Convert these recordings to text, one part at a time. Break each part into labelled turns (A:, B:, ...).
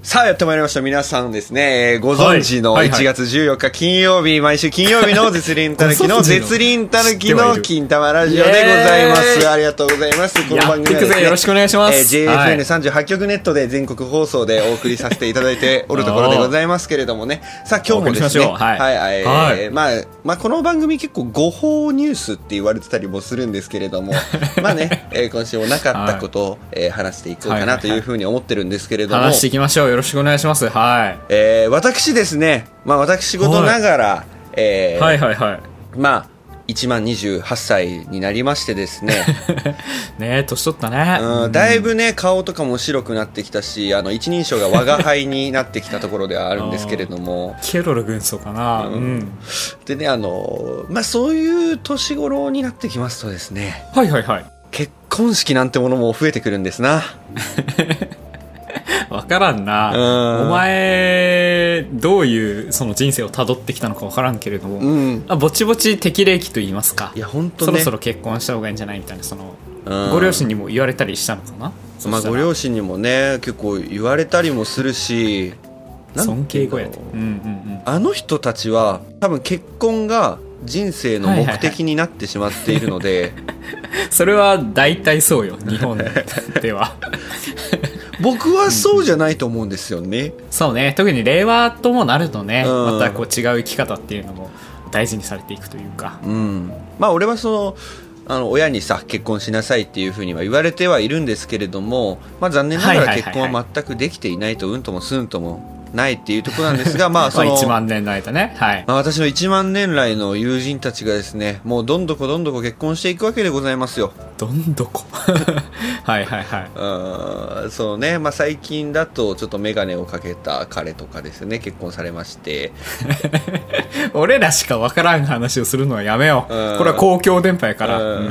A: さあ、やってまいりました。皆さんですね、えーご存知の
B: はいはいは
A: 1
B: い
A: 月14日金曜日、毎週金曜日の絶倫たぬき
B: ご
A: の
B: 存知の
A: 絶倫たぬき
B: 知ってはい
A: の
B: る
A: 金玉ラジオでございま
B: イエー
A: す。
B: イ
A: ありがとうございます。この番組は
B: やっていくぜよろしくお願いします
A: え
B: はい
A: JFN38 局ネットで全国放送でお送りさせていただいておるところでございますけれども ね。さあ、今日もですね、
B: お送りしましょうはい
A: はい、えー
B: はい
A: まあ、まあ、この番組結構誤報ニュースって言われてたりもするんですけれど も、まあね、えー今週もなかったことを、えー話していこうかなというふうに思ってるんですけれども、
B: 話していきましょうよろしくお願いしますは
A: えー私ですね、まあ、私仕事ながら、え
B: い、
A: ー
B: はいはいはい
A: まあ、1万28歳になりましてです ね、
B: ねえ年取ったね
A: うんだいぶね、顔とかも白くなってきたし、あの、一人称が我が輩になってきたところではあるんですけれど も、
B: ケロロ軍曹かなうん、
A: でね、あの、まあ、そういう年頃になってきますとですね、
B: はいはいはい
A: 結婚式なんてものも増えてくるんですな。
B: わからんな、
A: うん
B: お前どういうその人生をたどってきたのかわからんけれども、
A: うん。
B: あぼちぼち適齢期と言いますか
A: いや、ほんとね。
B: そろそろ結婚した方がいいんじゃないみたいなその、
A: うん
B: ご両親にも言われたりしたのかなそ
A: まあ、
B: したら
A: ご両親にもね、結構言われたりもするし、なんて
B: 尊敬
A: 言うんだろ
B: 語
A: う
B: やとうんうんうん
A: あの人たちは多分結婚が人生の目的になってしまっているので、
B: それは大体そうよ日本では
A: 僕はそうじゃないと思うんですよね。
B: そうね特に令和ともなるとね、
A: うん
B: またこう違う生き方っていうのも大事にされていくというか
A: うん。まあ俺はその、あの親にさ結婚しなさいっていうふうには言われてはいるんですけれども、まあ、残念なが
B: はい
A: ら
B: はいはい
A: 結
B: はい
A: 婚は全くできていないとうんともすんともないっていうところなんですがまあそ
B: まあ
A: の
B: 1万年の間ねはい
A: まあ私の1万年来の友人たちがですねもうどんどこどんどこ結婚していくわけでございますよ。
B: どんどこ はいはいはい
A: うんそうね、まあ、最近だとちょっと眼鏡をかけた彼とかですね結婚されまして
B: 俺らしか分からん話をするのはやめよう、
A: うん
B: これは公共電波やから、
A: う
B: うんん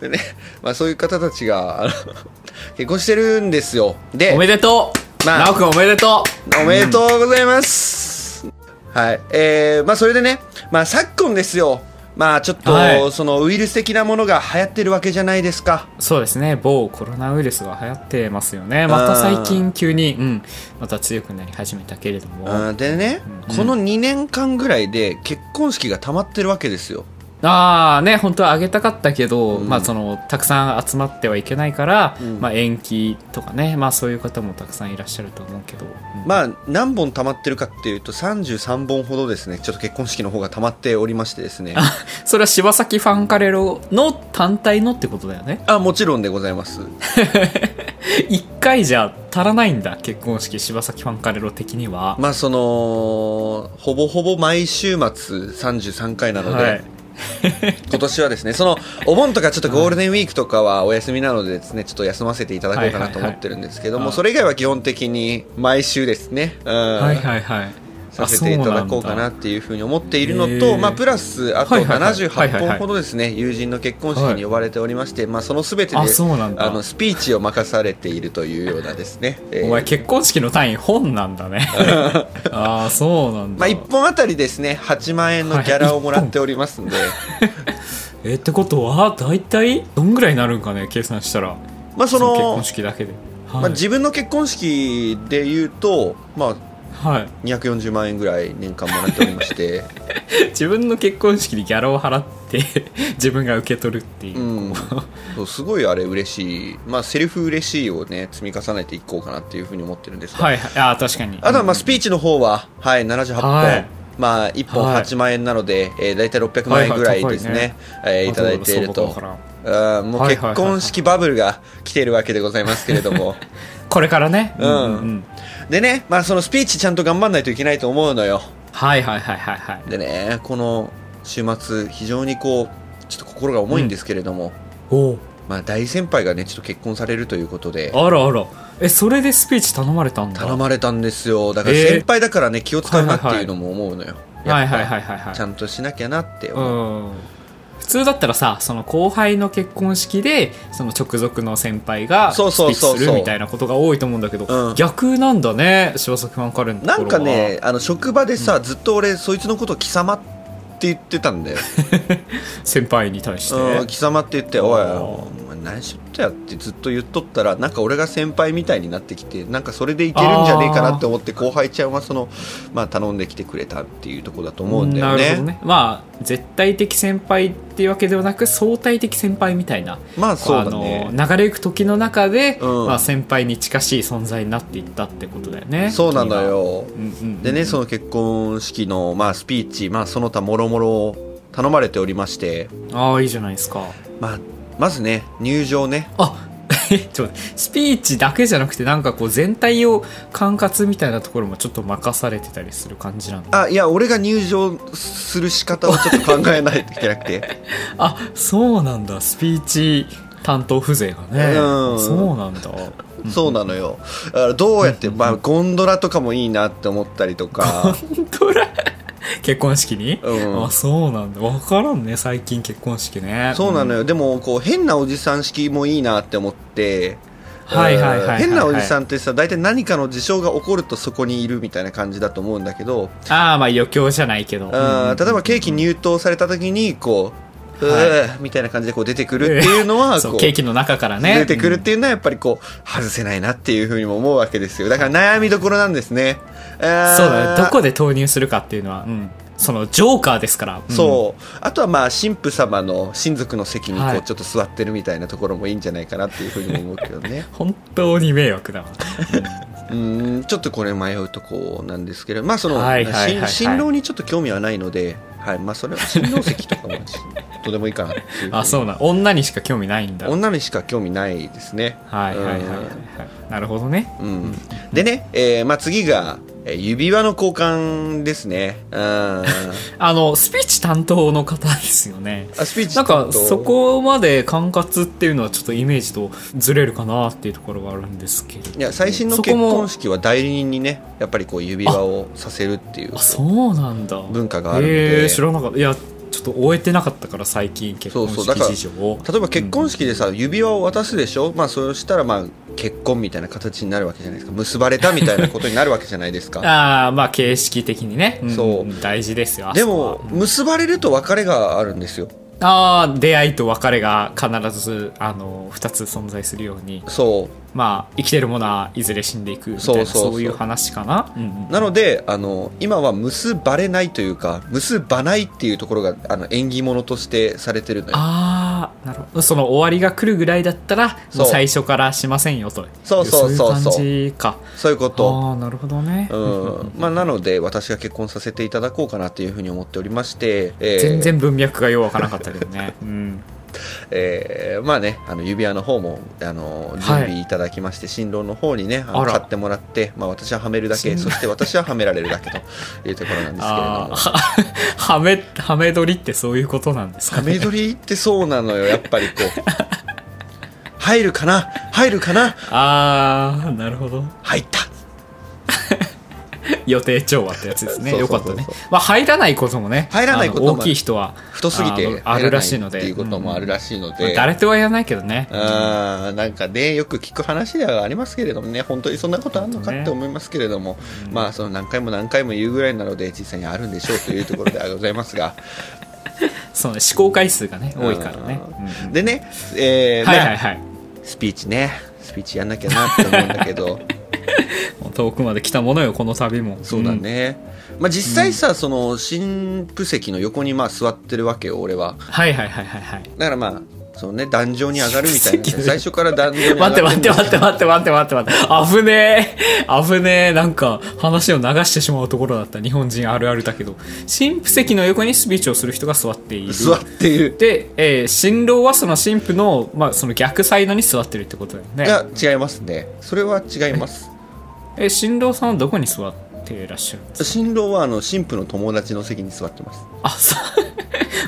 A: でね、まあ、そういう方たちがあの 結婚してるんですよで
B: おめでとう、
A: まあ
B: なおくんおめでと
A: おめでとうございます、はいえーまあ、それでね、まあ、昨今ですよまあちょっと、
B: はい
A: そのウイルス的なものが流行ってるわけじゃないですか
B: うそうですね某コロナウイルスが流行ってますよねまた最近急に、うん、また強くなり始めたけれども、
A: うんでね、この2年間ぐらいで結婚式が溜まってるわけですよ
B: ああね本当はあげたかったけど、まあそのたくさん集まってはいけないから、まあ延期とかねまあそういう方もたくさんいらっしゃると思うけど、うん
A: まあ、何本溜まってるかっていうと33本ほどですねちょっと結婚式の方が溜まっておりましてですね
B: それは柴崎ファンカレロの単体のってことだよね
A: あもちろんでございます
B: 一回じゃ足らないんだ結婚式柴崎ファンカレロ的には、
A: まあそのほぼほぼ毎週末33回なので、
B: はい
A: 今年はですねそのお盆とかちょっとゴールデンウィークとかはお休みなのでですねちょっと休ませていただこうかなと思ってるんですけども、
B: はいはいはい
A: それ以外は基本的に毎週ですね、うん
B: はいはいはい
A: させていただこうかなっていうふうに思っているのと、
B: へー
A: まあ、プラスあと
B: はいはいはいはい
A: 78
B: はいは
A: 本
B: い
A: ほどですね、友人の結婚式に呼ばれておりまして、まあ、その全てであ
B: あそうなんだ
A: のスピーチを任されているというようなですね、えー
B: お前結婚式の単位本なんだね ああそうなんだ、
A: まあ、1本あたりですね8万円のギャラをもらっておりますんで、
B: えってことは大体どんぐらいになるんかね計算したら
A: まあその
B: 結婚式だけで、はい
A: まあ、自分の結婚式で言うと、まあ、
B: はい
A: 240万円ぐらい年間もらっておりま して、
B: 自分の結婚式でギャラを払って 自分が受け取るっていう、
A: うん、そうすごいあれ嬉しい、まあ、セルフ嬉しいをね積み重ねていこうかなっていうふうに思ってるんですが
B: はいはいあー確かに
A: あとはまあスピーチの方は、はい、78本、
B: はい
A: まあ、1本
B: はい
A: 8万円なので、えー大体600万円ぐらいですね、いえーいただいている
B: あ
A: と
B: そうだそうだわ
A: あーもう
B: はい
A: 結
B: はいはいはい
A: 婚式バブルが来ているわけでございますけれど も
B: これからね
A: うんでね、まあ、そのスピーチちゃんと頑張んないといけないと思うのよ
B: はいはいはいはいはい
A: でねこの週末非常にこうちょっと心が重いんですけれども、
B: お
A: まあ、大先輩がねちょっと結婚されるということで
B: あらあらえそれでスピーチ頼まれたんだ
A: 頼まれたんですよだから
B: えー
A: 先輩だからね気を使うなっていうのも思うのよ、
B: はいはい
A: やっ
B: はいはいは
A: ぱ
B: い
A: ちゃんとしなきゃなって
B: う
A: 思う、
B: ん普通だったらさその後輩の結婚式でその直属の先輩がスピ
A: そうそう
B: ーチ
A: そうそう
B: するみたいなことが多いと思うんだけど
A: うん
B: 逆なんだね柴崎ファンカレンのと
A: な
B: こ
A: ん
B: ろ
A: か
B: は
A: ねあの職場でさ、ずっと俺そいつのことを貴様って言ってたんだよ、
B: 先輩に対して
A: うん貴様って言って「
B: ん
A: おいお前何しよっことやってずっと言っとったらなんか俺が先輩みたいになってきてなんかそれでいけるんじゃねえかなって思って後輩ちゃんはその、まあ、頼んできてくれたっていうところだと思うんだよ
B: なるほ
A: ね。
B: どねまあ絶対的先輩っていうわけではなく相対的先輩みたいな
A: まあそうだ
B: あ
A: ね
B: の流れゆく時の中で、
A: うん
B: まあ、先輩に近しい存在になっていったってことだよね
A: そうなのよ
B: 君は、うんうんうん
A: でねその結婚式の、まあ、スピーチ、まあ、その他もろもろを頼まれておりまして、
B: ああいいじゃないですか
A: まあ、まずね入場ね
B: あえちょっと待ってスピーチだけじゃなくてなんかこう全体を管轄みたいなところもちょっと任されてたりする感じなの
A: あいや俺が入場する仕方をちょっと考えないといけなくて
B: あそうなんだスピーチ担当風情がね、
A: うん
B: そうなんだ
A: そうなのよだからどうやって、まあ、ゴンドラとかもいいなって思ったりとか
B: ドラ結婚式に、
A: うん
B: あそうなんだ分からんね最近結婚式ね
A: そうなのよでもこう変なおじさん式もいいなって思って
B: はいはいはいはいはい
A: 変なおじさんってさ大体何かの事象が起こるとそこにいるみたいな感じだと思うんだけど、
B: ああまあ余興じゃないけど
A: あー例えばケーキ入刀された時にこう、
B: はいう
A: ーみたいな感じでこう出てくるっていうのは
B: そ
A: こ
B: うケーキの中からね
A: 出てくるっていうのはやっぱりこう外せないなっていうふうにも思うわけですよだから悩みどころなんですねそう
B: うんそうだねどこで投入するかっていうのは、うん、そのジョーカーですから、うん
A: そうあとはまあ神父様の親族の席に
B: は
A: こう
B: い
A: ちょっと座ってるみたいなところもいいんじゃないかなっていうふうにも思うけどね
B: 本当に迷惑 だわ
A: うーんちょっとこれ迷うとこなんですけどまあその
B: はいはいはいはい
A: し新郎にちょっと興味はないので、はい、まあそれは新郎席とかもどうでもいいかなっていうふうに
B: あそうな女にしか興味ないんだはい
A: 女にしか興味ないですね
B: はいはいはいはいなるほどね
A: うんうんでね、えーまあ、次がえー指輪の交換ですねうんあ
B: あのスピーチ担当の方ですよね
A: スピーチ
B: なん
A: ちょ
B: か
A: っと
B: そこまで管轄っていうのはちょっとイメージとずれるかなっていうところがあるんですけれど
A: いや最新の
B: そ
A: 結
B: こも
A: 婚式は代理人にねやっぱりこう指輪をさせるっていう
B: あそうなんだ
A: 文化があるので
B: えー、知らなかったいやちょっと終えてなかったから最近結婚
A: そうそうだから
B: 式事情を
A: 例えば結婚式でさ指輪を渡すでしょ、まあ、そうしたらまあ結婚みたいな形になるわけじゃないですか結ばれたみたいなことになるわけじゃないですか
B: ああまあ形式的にね、ん
A: そう
B: 大事です よあ
A: で
B: そこは
A: も結ばれると別れがあるんですよ
B: ああ出会いと別れが必ずあの2つ存在するように
A: そう
B: まあ生きてるものはいずれ死んでいくみたいな
A: そうそうそう
B: そういう話かな、うんうん
A: なのであの今は結ばれないというか結ばないっていうところがあの縁起物としてされてるのよ
B: ああなるほどその終わりが来るぐらいだったら
A: そう
B: もう最初からしませんよと
A: そうそうそうそう
B: そういう感じか
A: そういうこと
B: ああなるほどね、
A: うんまあ、なので私が結婚させていただこうかなというふうに思っておりまして、えー
B: 全然文脈がようわからなかったけど ね、うん、
A: えーまあねあの指輪の方もあの準備いただきまして、新郎の方にねあの
B: あら
A: 買ってもらって、まあ、私ははめるだけ
B: 新郎
A: そして私ははめられるだけというところなんですけれど
B: あ
A: も
B: あ はめはめ撮りってそういうことなんですか
A: はめ撮りってそうなのよやっぱりこう入るかな入るかな
B: ああなるほど
A: 入った
B: 予定調和ってやつですね
A: そう
B: よ
A: そ
B: か
A: う
B: っ
A: そうそ
B: た
A: う
B: ね、まあ、入らないこともね
A: 入らないことも
B: あの大きい人は
A: 太すぎて
B: あの
A: 入
B: あるらしいので
A: っていうこともあるらしいので、
B: うんまあ誰とは言わないけどね
A: あーなんかねよく聞く話ではありますけれどもね本当にそんなことあるのか
B: 本当ね
A: って思いますけれども、まあその何回も何回も言うぐらいなので実際にあるんでしょうというところではございますが
B: その試行回数がね多いからね、
A: うん
B: うん
A: でね、えー
B: はい
A: まあ
B: はいはい
A: スピーチねスピーチやんなきゃなって思うんだけ ど
B: もう遠くまで来たものよこの旅も
A: そうだね、まあ、実際さその新婦席の横にまあ座ってるわけよ俺は
B: うんはいはいはいはいはい
A: だからまあそのね壇上に上がるみたいな
B: 席の
A: 最初から壇上に上が
B: 待って
A: る
B: 待
A: ん
B: っ
A: で
B: て
A: す
B: 待って待って待って待って待って危ねえ危ねえなんか話を流してしまうところだった日本人あるあるだけど神父席の横にスピーチをする人が座っている
A: 座っている
B: で、えー新郎はその新婦の,、まあ、その逆サイドに座ってるってことだよね
A: いや違いますねそれは違います
B: え新郎さんはどこに座ってらっしゃるんですか
A: 新郎はあの新婦の友達の席に座ってます
B: あそう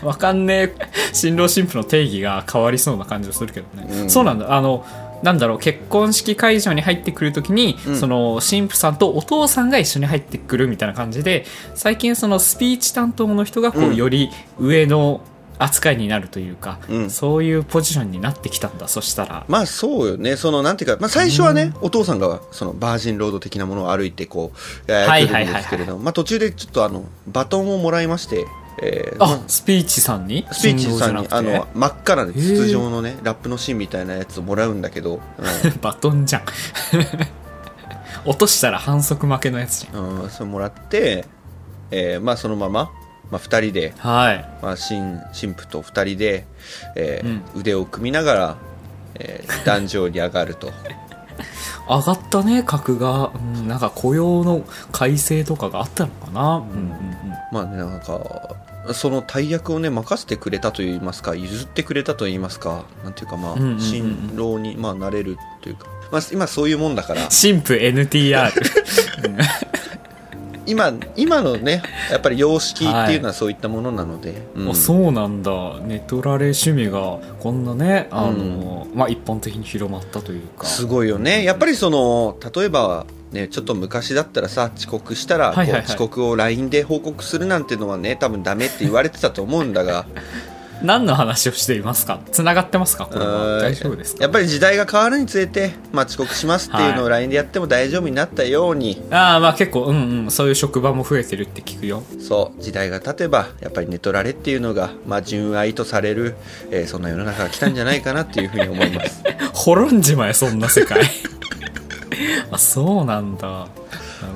B: わかんねえ新郎新婦の定義が変わりそうな感じがするけどね、
A: うん
B: そうなんだあのなんだろう結婚式会場に入ってくるときに、
A: ん
B: その新婦さんとお父さんが一緒に入ってくるみたいな感じで最近そのスピーチ担当の人がこう、
A: うん
B: より上の扱いになるというか、
A: うん
B: そういうポジションになってきたんだそしたら
A: まあそうよねそのなんていうか、まあ、最初はね、お父さんがそのバージンロード的なものを歩いてこう、えー
B: は
A: 来
B: い
A: るん
B: はい
A: で
B: はい
A: す
B: は
A: け
B: い
A: れども、まあ、途中でちょっとあのバトンをもらいましてえー
B: あスピーチさんに
A: スピーチさんにあ
B: 信号じゃな
A: の
B: くて
A: 真っ赤なね筒状のねラップの芯みたいなやつをもらうんだけど、
B: バトンじゃん 落としたら反則負けのやつじ
A: うん うん、それもらって、えーまあ、そのまま、まあ、2人で、
B: ゃんはい
A: まあ、新新婦と2人で、えー
B: う
A: 腕を組みながら、えー壇上に上がると
B: 上がったね格が、うん、なんか雇用の改正とかがあったのかな、うんうんうん、
A: まあねなんかその大役をね任せてくれたといいますか譲ってくれたといいますかなんていうかまあ
B: うんうんうんうん
A: 新郎に、まあ、なれるというか、まあ、今そういうもんだから
B: 神父 NTR
A: 今今のねやっぱり様式っていうのはそういったものなので、うん
B: あそうなんだネトラレ趣味がこんなねあの、まあ、一般的に広まったというか
A: すごいよねやっぱりその例えばねちょっと昔だったらさ遅刻したら、
B: はいはいはい
A: こう遅刻を LINE で報告するなんてのはね多分ダメって言われてたと思うんだが
B: 何の話をしていますかつながってますかこれは
A: うん
B: 大丈夫ですか
A: やっぱり時代が変わるにつれて、まあ、遅刻しますっていうの
B: は
A: を
B: い
A: LINE でやっても大丈夫になったように、
B: ああまあ結構うんうんそういう職場も増えてるって聞くよ
A: そう時代が経てばやっぱり寝取られっていうのが、まあ、純愛とされる、えーそんな世の中が来たんじゃないかなっていうふうに思います
B: 滅んじまえそんな 世界あそうなんだなる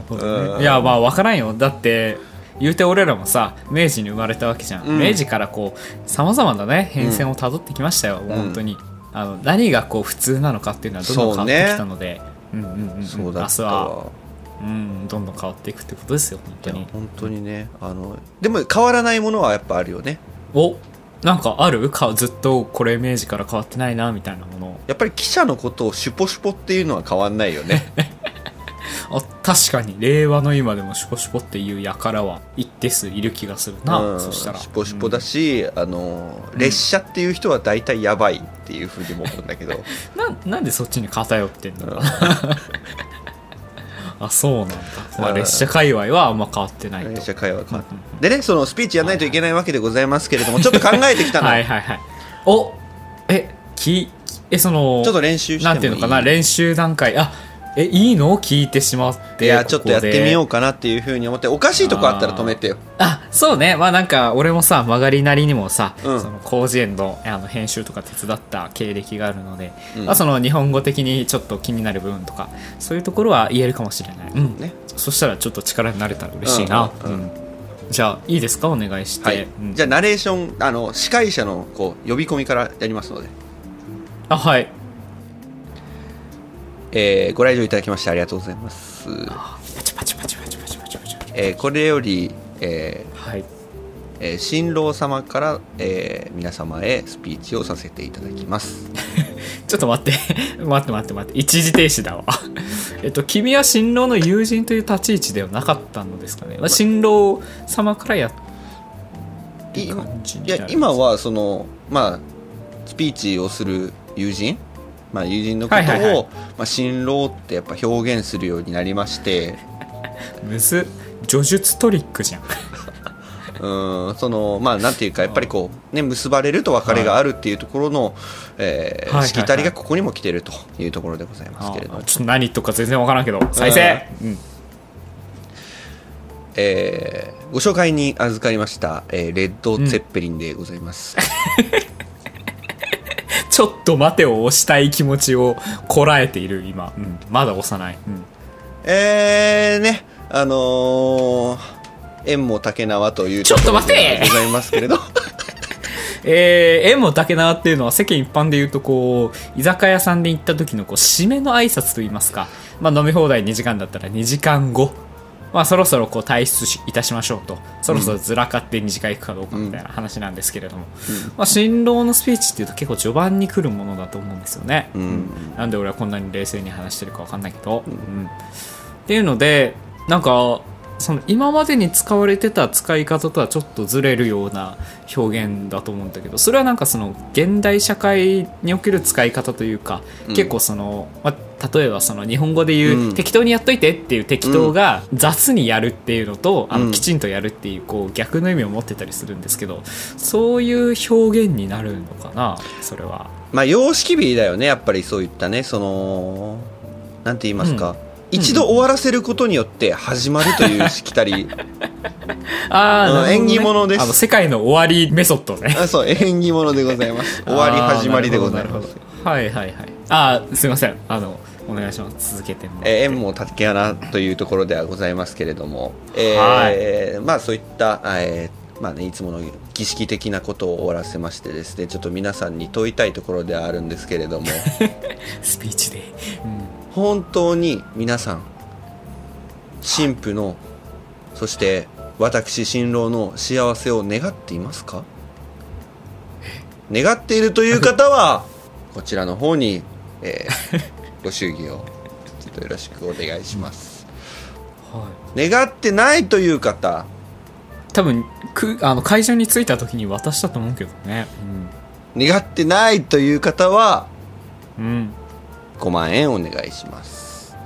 B: ほど
A: う
B: ね
A: ん
B: いやまあ分からんよだって言うて俺らもさ明治に生まれたわけじゃん、
A: うん
B: 明治からこうさまざまなね変遷をたどってきましたよ、もう本当にあの何がこう普通なのかっていうのはどんどん変わってきたのでう,、んうんうんうん
A: そうだ
B: 明
A: っ
B: 日
A: た
B: は、
A: わ
B: うん、どんどん変わっていくってことですよ本
A: い
B: 当
A: や
B: に
A: 本当にねあのでも変わらないものはやっぱあるよね
B: おなんかあるかずっとこれ明治から変わってないなみたいなもの
A: やっぱり記者のことをシュポシュポっていうのは変わんないよね
B: あ確かに令和の今でもシュポシュポっていうやからは一定数いる気がする な、
A: うん
B: そしたら
A: シュポシュポだし、あの列車っていう人は大体やばいっていうふうにも思うんだ けど、
B: うんななんでそっちに偏ってんだろう あそうなんだ、まあ、
A: うん
B: 列車界隈はあんま変わってないと
A: 列車会話変わった
B: うん
A: でねそのスピーチやらないといけないわけでございますけれどもちょっと考えてきたの、
B: はいはいはいおえきえその
A: ちょっと練習してもいい
B: なんていうのかな練習段階あえいいの聞いてしまって
A: い
B: い
A: やちょっとやってみようかなっていうふうに思っておかしいとこあったら止めてよ
B: あそうねまあなんか俺もさ曲がりなりにもさ、
A: うん
B: その広辞苑のあの編集とか手伝った経歴があるので、
A: うん
B: まあ、その日本語的にちょっと気になる部分とかそういうところは言えるかもしれない、うん
A: ね
B: そしたらちょっと力になれたら嬉しいな、
A: うんうんうん
B: うんじゃあいいですかお願いして、
A: はい、
B: うん
A: じゃあナレーションあの司会者のこう呼び込みからやりますので、
B: あはい
A: えーご来場いただきましてありがとうございます、
B: あパチパチパチパチパチパチパチパチ
A: えーこれより、えー
B: はい
A: えー新郎様から、えー皆様へスピーチをさせていただきます
B: ちょっと待って 待って待って待って一時停止だわ えっと君は新郎の友人という立ち位置ではなかったのですかね、まあ、新郎様からやっ
A: い
B: て感じに
A: い
B: なる
A: や今はそのまあスピーチをする友人まあ友人のことを、
B: はいはいはい
A: まあ、新郎ってやっぱ表現するようになりま して
B: むず叙述トリックじゃん
A: うーんそのまあなんていうかやっぱりこうね結ばれると別れがあるっていうところの、えー
B: はいはいはい
A: しきたりがここにも来てるというところでございますけれども、
B: あちょっと何言っとくか全然わからんけど再生、うん、
A: えーご紹介に預かりました、えーレッド・ツェッペリンでございます、
B: ちょっと待てを押したい気持ちをこらえている今、うん、まだ押さない、うん
A: えー、ね、あのー、縁も竹縄という
B: ちょっと待て
A: ところでございますけれど、
B: えー、縁も竹縄っていうのは世間一般でいうとこう居酒屋さんで行った時のこう締めの挨拶といいますか、まあ、飲み放題2時間だったら2時間後、まあ、そろそろこう退出しいたしましょうとそろそろずらかって2次会行くかどうかみたいな話なんですけれども、まあ、新郎のスピーチっていうと結構序盤に来るものだと思うんですよね、
A: うん
B: なんで俺はこんなに冷静に話してるか分かんないけど、うんっていうのでなんかその今までに使われてた使い方とはちょっとずれるような表現だと思うんだけどそれはなんかその現代社会における使い方というか、
A: うん
B: 結構その、まあ、例えばその日本語で言う、
A: うん
B: 適当にやっといてっていう適当が雑にやるっていうのと、あ
A: う
B: の
A: ん
B: きちんとやるっていうこう逆の意味を持ってたりするんですけどそういう表現になるのかなそれは。
A: まあ、様式美だよね、やっぱりそういったね、その、なんて言いますか、
B: うん
A: 一度終わらせることによって始まるというしきたり
B: あー、なるほどね
A: 縁起物です
B: あの世界の終わりメソッドね。
A: あそう縁起物でございます終わり始まりでござい
B: あーな
A: ま
B: る
A: す
B: ほどなるほどはいはいはい。あーすいません。あの、お願いします。続けてもらって。
A: えー縁も竹穴というところではございますけれども、えーまあそういった、えーまあね、いつもの儀式的なことを終わらせましてですねちょっと皆さんに問いたいところではあるんですけれども
B: スピーチで。うん
A: 本当に皆さん神父のそして私新郎の幸せを願っていますか願っているという方はこちらの方に、えーご祝儀をちょっとよろしくお願いします。
B: は
A: 願ってないという方
B: い。多分くあの会場に着いた時に渡したと思うけどね。
A: 願ってないという方は
B: うん。うん。
A: 5万円お願いします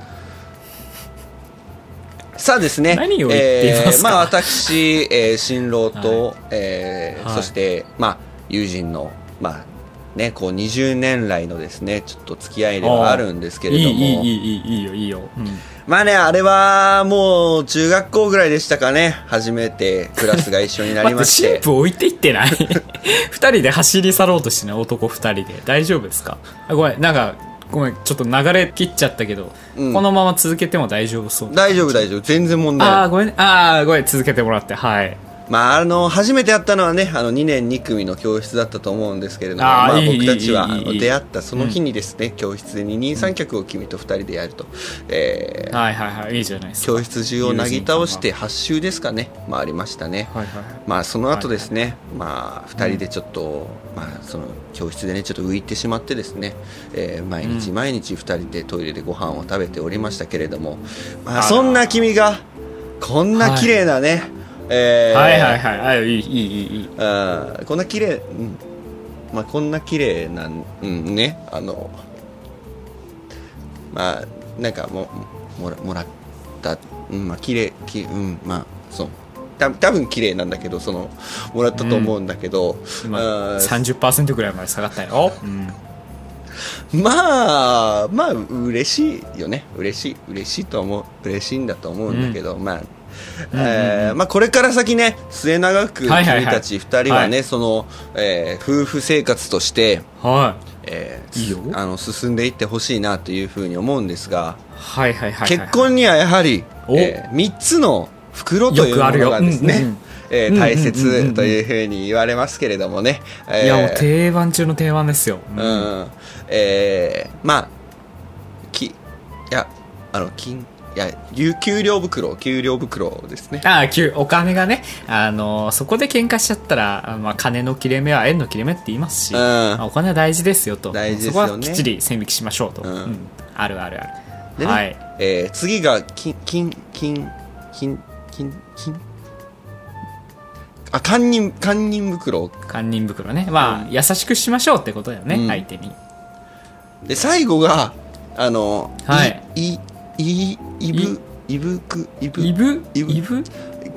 A: さあですね
B: 何を言っていますか
A: えーまあ私、えー新郎と、えー
B: はい
A: そしてまあ友人のまあね、こう20年来のですねちょっと付き合いではあるんですけれども
B: いいいいいいいいいよいいよ、うん
A: まあねあれはもう中学校ぐらいでしたかね初めてクラスが一緒になりまし
B: 待
A: て
B: って新婦置いていってない 二人で走り去ろうとしてない男二人で大丈夫ですかあごめんなんかごめんちょっと流れ切っちゃったけど、
A: うん
B: このまま続けても大丈夫そう
A: 大丈夫大丈夫全然問題ない
B: ああごめんああごめん続けてもらってはい
A: まあ、あの初めて会ったのはねあの2年2組の教室だったと思うんですけれども
B: あー
A: まあ、
B: いい
A: 僕たちはあ
B: いいいい
A: の
B: いい
A: 出会ったその日にですね、教室で二人三脚を君と2人でやると、えー
B: はいはいはいいいじゃないですか
A: 教室中をなぎ倒して8周ですかね回りましたね。
B: はいはいはい
A: まあその後ですね、まあ2人でちょっと、まあその教室でねちょっと浮いてしまってですね、えー毎日毎日2人でトイレでご飯を食べておりましたけれども、まあ
B: あら
A: そんな君がこんな綺麗なね、えー
B: はいはいはいあいいいいいいいい
A: あーこんな綺麗うんまあこんな綺麗なうんねあのまあなんかももらもらったうんまあ綺麗きうんまあそうた多分綺麗なんだけどそのもらったと思うんだけど、
B: 今
A: あー
B: 30%ぐらいまで下がったよ、うん
A: まあまあ嬉しいよね嬉しい嬉しいと思う嬉しいんだと思うんだけど、まあ、えーまあこれから先ね末永く君
B: はいはいはい
A: たち2人はね、
B: は
A: その、えー夫婦生活として、
B: はい
A: えー
B: いいよ
A: あの進んでいってほしいなというふうに思うんですが、
B: はいはいはいはい
A: 結婚にはやはり、
B: お
A: え3つの袋とい
B: よ
A: う
B: く
A: も
B: ある
A: の
B: よ
A: がですね、
B: う
A: えー
B: んうんうんうんうんうん
A: 大切というふうに言われますけれどもね、えー
B: いやもう定番中の定番ですよ、うん
A: うんえーまあきいやあの金いや有給料袋給料袋ですね
B: ああ、給お金がね、あのそこで喧嘩しちゃったら、あまあ、金の切れ目は縁の切れ目って言いますし、
A: うん
B: まあお金は大事ですよと。
A: 大事ですよね
B: そこはきっちり線引きしましょうと。
A: うん
B: うんあるあるある。
A: でね、
B: はい。
A: えー次が金金金金金金あ堪忍堪忍袋
B: 堪忍袋ね。まあ、優しくしましょうってことだよね、
A: うん
B: 相手に。
A: で最後があの、
B: はい
A: いいいいぶいぶくいぶ
B: イブ
A: イ
B: イ
A: ブ
B: ブ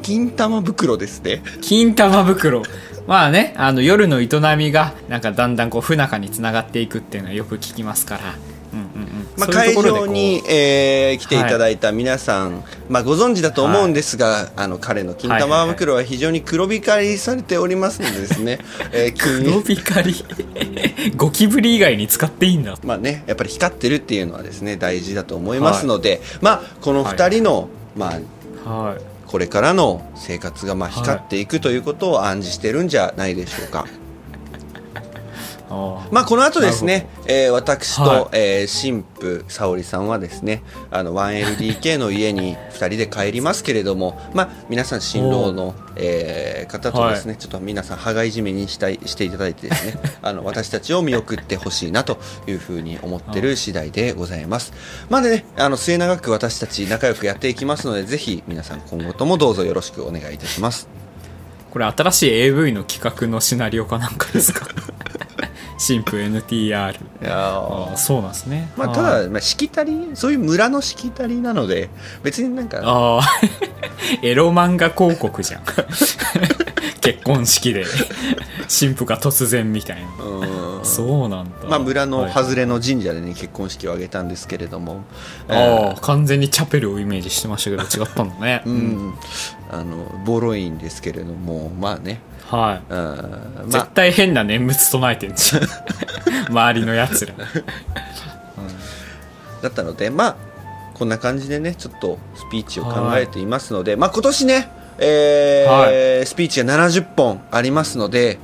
A: 金玉袋ですね
B: 金玉袋。まあね、あの、夜の営みが、なんかだんだんこう、不仲につながっていくっていうのはよく聞きますから。うんうんうん。
A: まあ、
B: そうい
A: 会
B: うところでこ
A: 場
B: う
A: に、えー来ていただいた皆さん、まあ、ご存知だと思うんですが、あの彼の金玉袋は非常に黒光りされておりますのでです ね、えー
B: 黒
A: 金
B: 光り ゴキブリ以外に使っていいんだ
A: まあね、やっぱり光ってるっていうのはですね大事だと思いますので、まあ、この2人の、まあ、
B: はい
A: これからの生活がまあ
B: はい
A: 光っていくということを暗示してるんじゃないでしょうか。
B: ああ
A: まあ、この後ですね、えー私と、
B: はい
A: えー神父沙織さんはですねあの 1LDK の家に2人で帰りますけれども、まあ、皆さん新郎の、えー方とですね、ちょっと皆さん羽がいじめにしたいしていただいてですね あの私たちを見送ってほしいなというふうに思ってる次第でございます。まあでねあの末永く私たち仲良くやっていきますのでぜひ皆さん今後ともどうぞよろしくお願いいたします。
B: これ新しい AV の企画のシナリオかなんかですか 新婦
A: いや
B: NTR ああそうなんですね
A: まあ、ただ、まあ、しきたり、そういう村のしきたりなので、別になんか、
B: ああ エロ漫画広告じゃん 結婚式で新婦が突然みたいな
A: うん
B: そうなんだ
A: まあ、村の
B: は
A: 外れの神社でね、結婚式を挙げたんですけれども、
B: い、ああ完全にチャペルをイメージしてましたけど違ったのね、
A: うん、あのボロいんですけれどもまあね
B: は
A: うんま
B: い。
A: あ
B: 絶対変な念仏唱えてんじゃん。 周りのやつら。
A: だったのでまあこんな感じでねちょっとスピーチを考えていますので、まあ今年ね、えースピーチが70本ありますので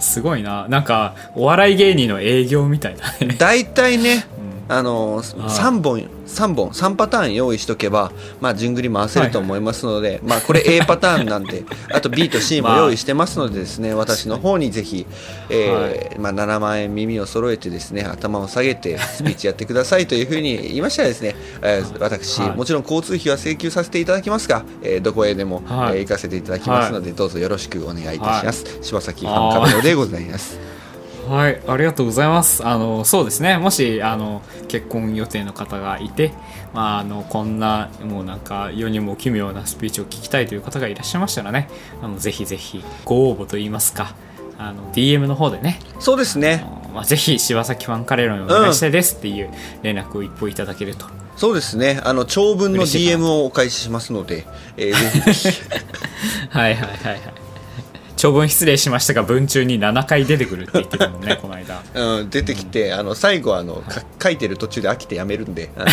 A: す
B: ごいな。なんか、お笑い芸人の営業みたいだね。
A: 大体ね、あの
B: はい
A: 3本3本三パターン用意しとけばまあ順繰り回せると思いますので、まあこれ A パターンなんで あと B と C も
B: まあ
A: 用意してますのでですね私の方にぜひ、えーまあ、7万円耳を揃えてですね頭を下げてスピーチやってくださいというふうに言いましたらですね、えー私、
B: はい
A: もちろん交通費は請求させていただきますが、えーどこへでも、
B: はい
A: えー行かせていただきますので、どうぞよろしくお願いいたします、柴崎ファンカメラでございます
B: はい、ありがとうございます。あの、そうですね。もし、あの、結婚予定の方がいて、まあ、あの、こんな、もうなんか、世にも奇妙なスピーチを聞きたいという方がいらっしゃいましたらね、あの、ぜひぜひ、ご応募といいますか、あの、DM の方でね、
A: そうですね
B: あのまあ、ぜひ、柴崎ファンカレロにお願いしたいですっていう連絡を一歩いただけると。
A: そうですね。あの長文の
B: 嬉しいか
A: DM をお返ししますので、えーぜ ひ
B: はいはいはいはい。長文失礼しましたが、文中に7回出てくるって言ってたもんね、この間。
A: うん、出てきて、あの最後あの、か書いてる途中で飽きてやめるんで、 あの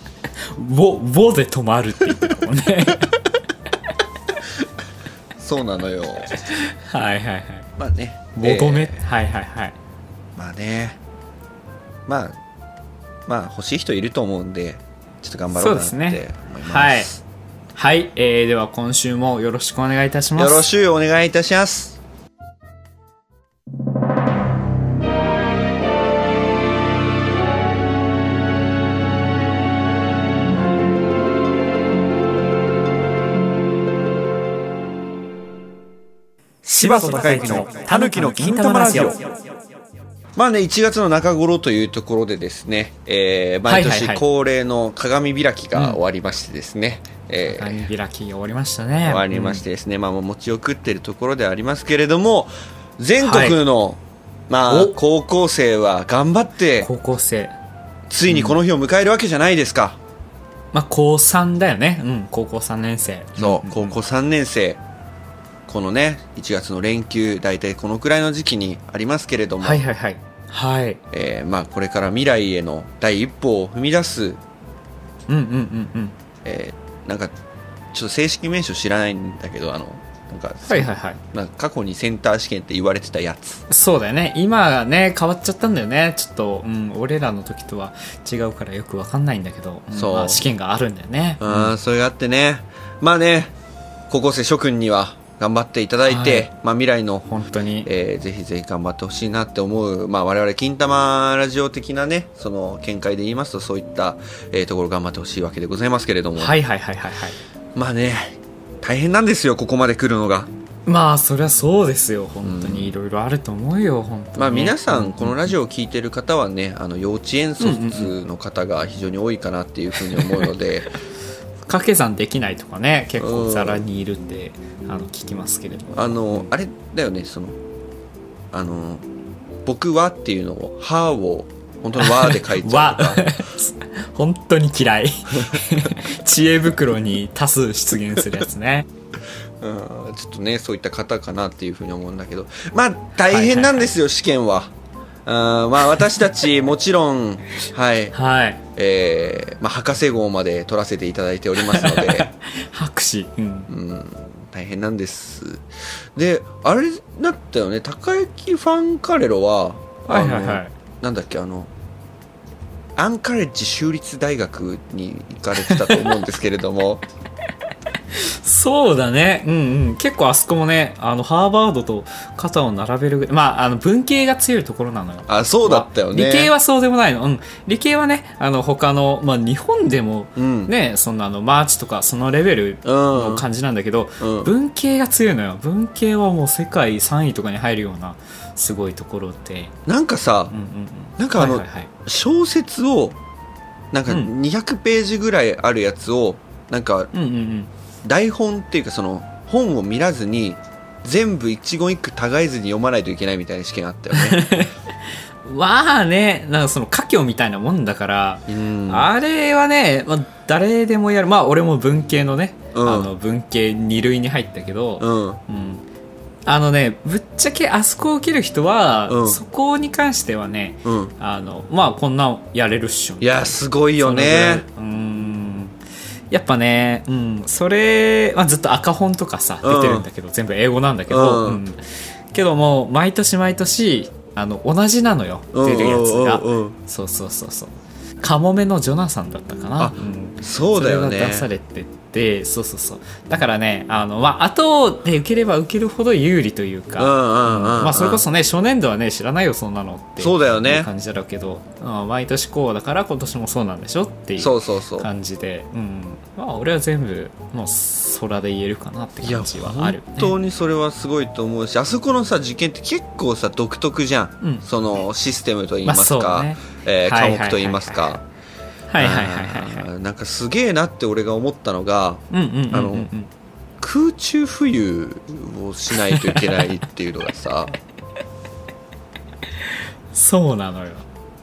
B: ぼ、ぼで止まるって言ってたもんね。
A: そうなのよ。
B: はいはいはい。
A: まあね。
B: ボドメ、
A: えー
B: はいはいはい
A: まあね。まあまあ欲しい人いると思うんで、ちょっと頑張ろうかなって
B: そう
A: 思
B: で
A: い
B: すね
A: ます。
B: はいはい、えー、では今週もよろしくお願いいたします
A: よろしくお願いいたします。
C: 柴田孝之のたぬきの金玉ラジオ
A: まあね、1月の中頃というところでですね、えー毎
B: はいはいは
A: 年
B: い
A: 恒例の鏡開きが終わりましてですね、えー
B: 鏡開きが終わりましたね
A: 終わりましてですね、まあ、もう餅を食ってるところではありますけれども全国の、まあ
B: お、
A: 高校生は頑張っ
B: う
A: て
B: ん高校生
A: ついにこの日を迎えるわけじゃないですか、
B: まあ高3だよねうん高校3年生
A: そう高校3年生このね1月の連休大体このくらいの時期にありますけれども、
B: はいはいはいはい
A: えーまあ、これから未来への第一歩を踏み出す、
B: うんうんうんうん
A: えーなんかちょっと正式名称知らないんだけどあのなんか、
B: はいはいはい
A: まあ、過去にセンター試験って言われてたやつ
B: そうだよね今がね変わっちゃったんだよねちょっと、うん、俺らの時とは違うからよくわかんないんだけど、ん
A: そう
B: まあ試験があるんだよね
A: あーそれがあってねまあね高校生諸君には頑張っていただいて、
B: はい
A: まあ、未来の、
B: 本当に
A: えーぜひぜひ頑張ってほしいなって思う、まあ、我々金玉ラジオ的なねその見解で言いますとそういった、えーところ頑張ってほしいわけでございますけれども、
B: はいはいはいはいはい
A: まあね大変なんですよここまで来るのが、
B: まあそりゃそうですよ本当にいろいろあると思うよ、本当に
A: まあ、皆さんこのラジオを聴いてる方はねあの幼稚園卒の方が非常に多いかなっていうふうに思うの で、
B: 掛け算できないとかね結構ざらにいるってあの聞きますけれども
A: あのあれだよねそのあの「僕は」っていうのを「は」を本当に「わ」で書いちゃう
B: わ
A: とか
B: 本当に嫌い 知恵袋に多数出現するやつね
A: うんちょっとねそういった方かなっていうふうに思うんだけどまあ大変なんですよ、試験は。うんまあ、私たち もちろん、はい
B: はい
A: えーまあ、博士号まで取らせていただいておりますので、
B: 白紙うん
A: うん、大変なんですであれだったよね高之ファンカレロは
B: はいはいはい
A: あのなんだっけあのアンカレッジ州立大学に行かれてたと思うんですけれど も
B: そうだねうんうん結構あそこもねあのハーバードと肩を並べるぐらいまああの文系が強いところなのよ
A: あそうだったよね
B: 理系はそうでもないの、うん、理系はねあの他の、まあ、日本でも
A: うん
B: ね、そんなあのマーチとかそのレベル
A: うん
B: の感じなんだけど、
A: うん
B: 文系が強いのよ文系はもう世界3位とかに入るようなすごいところで、
A: なんかさ
B: うんうんうん、
A: なんかあの
B: はいはいはい
A: 小説をなんか
B: うん
A: 200ページぐらいあるやつをなんか
B: うんうんうん
A: 台本っていうかその本を見らず に全部一言一句たがえずに読まないといけないみたいな試験あったよね
B: まあねなんかその家境みたいなもんだから、
A: うん
B: あれはね、まあ、誰でもやるまあ俺も文系のね、
A: うん
B: あの文系2類に入ったけど、
A: うん
B: うんあのねぶっちゃけあそこを受ける人は、
A: うん
B: そこに関してはね
A: うん
B: あのまあこんなんやれるっしょ
A: いやすごいよね
B: そのぐらいうーんやっぱね、うん、それ、まあ、ずっと赤本とかさ
A: うん
B: 出てるんだけど、全部英語なんだけど、
A: う
B: うんんけどもう毎年毎年あの同じなのよ
A: うん
B: 出るやつ
A: う
B: が、
A: んうんうん
B: そうそうそうそうカモメのジョナサンだったかな
A: あ
B: ん
A: そうだよね
B: それが出されててそうそうそうだからねあの、まあ後で受ければ受けるほど有利というか、
A: うんうんうんうん
B: まあ、それこそね初年度はね知らないよそんなのって
A: そうだよね
B: いう感じだろうけど、うん毎年こうだから今年もそうなんでしょっていう
A: そうそうそう
B: 感じでうんまあ俺は全部もう空で言えるかなって
A: いや
B: 感じはある、ね、
A: 本当にそれはすごいと思うしあそこのさ受験って結構さ独特じゃん、
B: うん
A: そのシステムといいます
B: まあ
A: か、
B: そうね
A: えー
B: はいはいはいはい
A: 科目といいますか
B: はいはいはいはいはい
A: あーなんかすげえなって俺が思ったのが
B: うんうんうんうん
A: あ
B: う
A: の
B: ん
A: 空中浮遊をしないといけないっていうのが さ
B: そうなのよ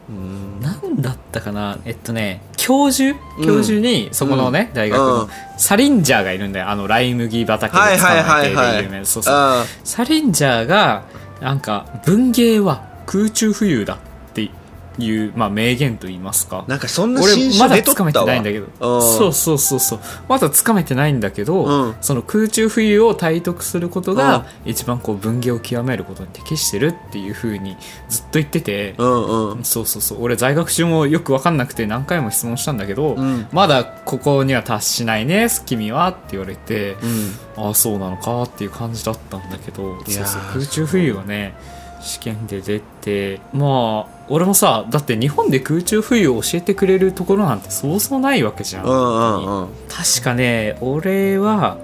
A: うん
B: なんだったかなえっとね教授
A: うん
B: 教授にそこのね、大学の、
A: うん
B: サリンジャーがいるんだよあのライ麦畑で
A: はいはい
B: 捕ま
A: は
B: えて
A: い
B: い
A: はい
B: る有名なそうそう
A: あ
B: サリンジャーがなんか文芸は空中浮遊だっていう、まあ、名言と言いますか
A: ーなんかそんな
B: 俺
A: 新種
B: まだ
A: 出と
B: つか
A: っ
B: め
A: た
B: て
A: わ
B: ないんだけどそうそうそうそうまだつかめてないんだけど、
A: うん
B: その空中浮遊を体得するこ
A: う
B: と
A: ん
B: が一番こう文芸を極めることに適してるっていうふうにずっと言ってて、
A: うんうんうん
B: そうそうそう俺在学中もよく分かんなくて何回も質問したんだけど、
A: うん
B: まだここには達しないね君はって言われて、
A: うん
B: ああそうなのかっていう感じだったんだけど
A: い
B: そ
A: やー
B: うそう空中浮遊はね試験で出てまあ俺もさだって日本で空中浮遊を教えてくれるところなんてそうそうないわけじゃん、
A: うんうんうん
B: 確かね俺は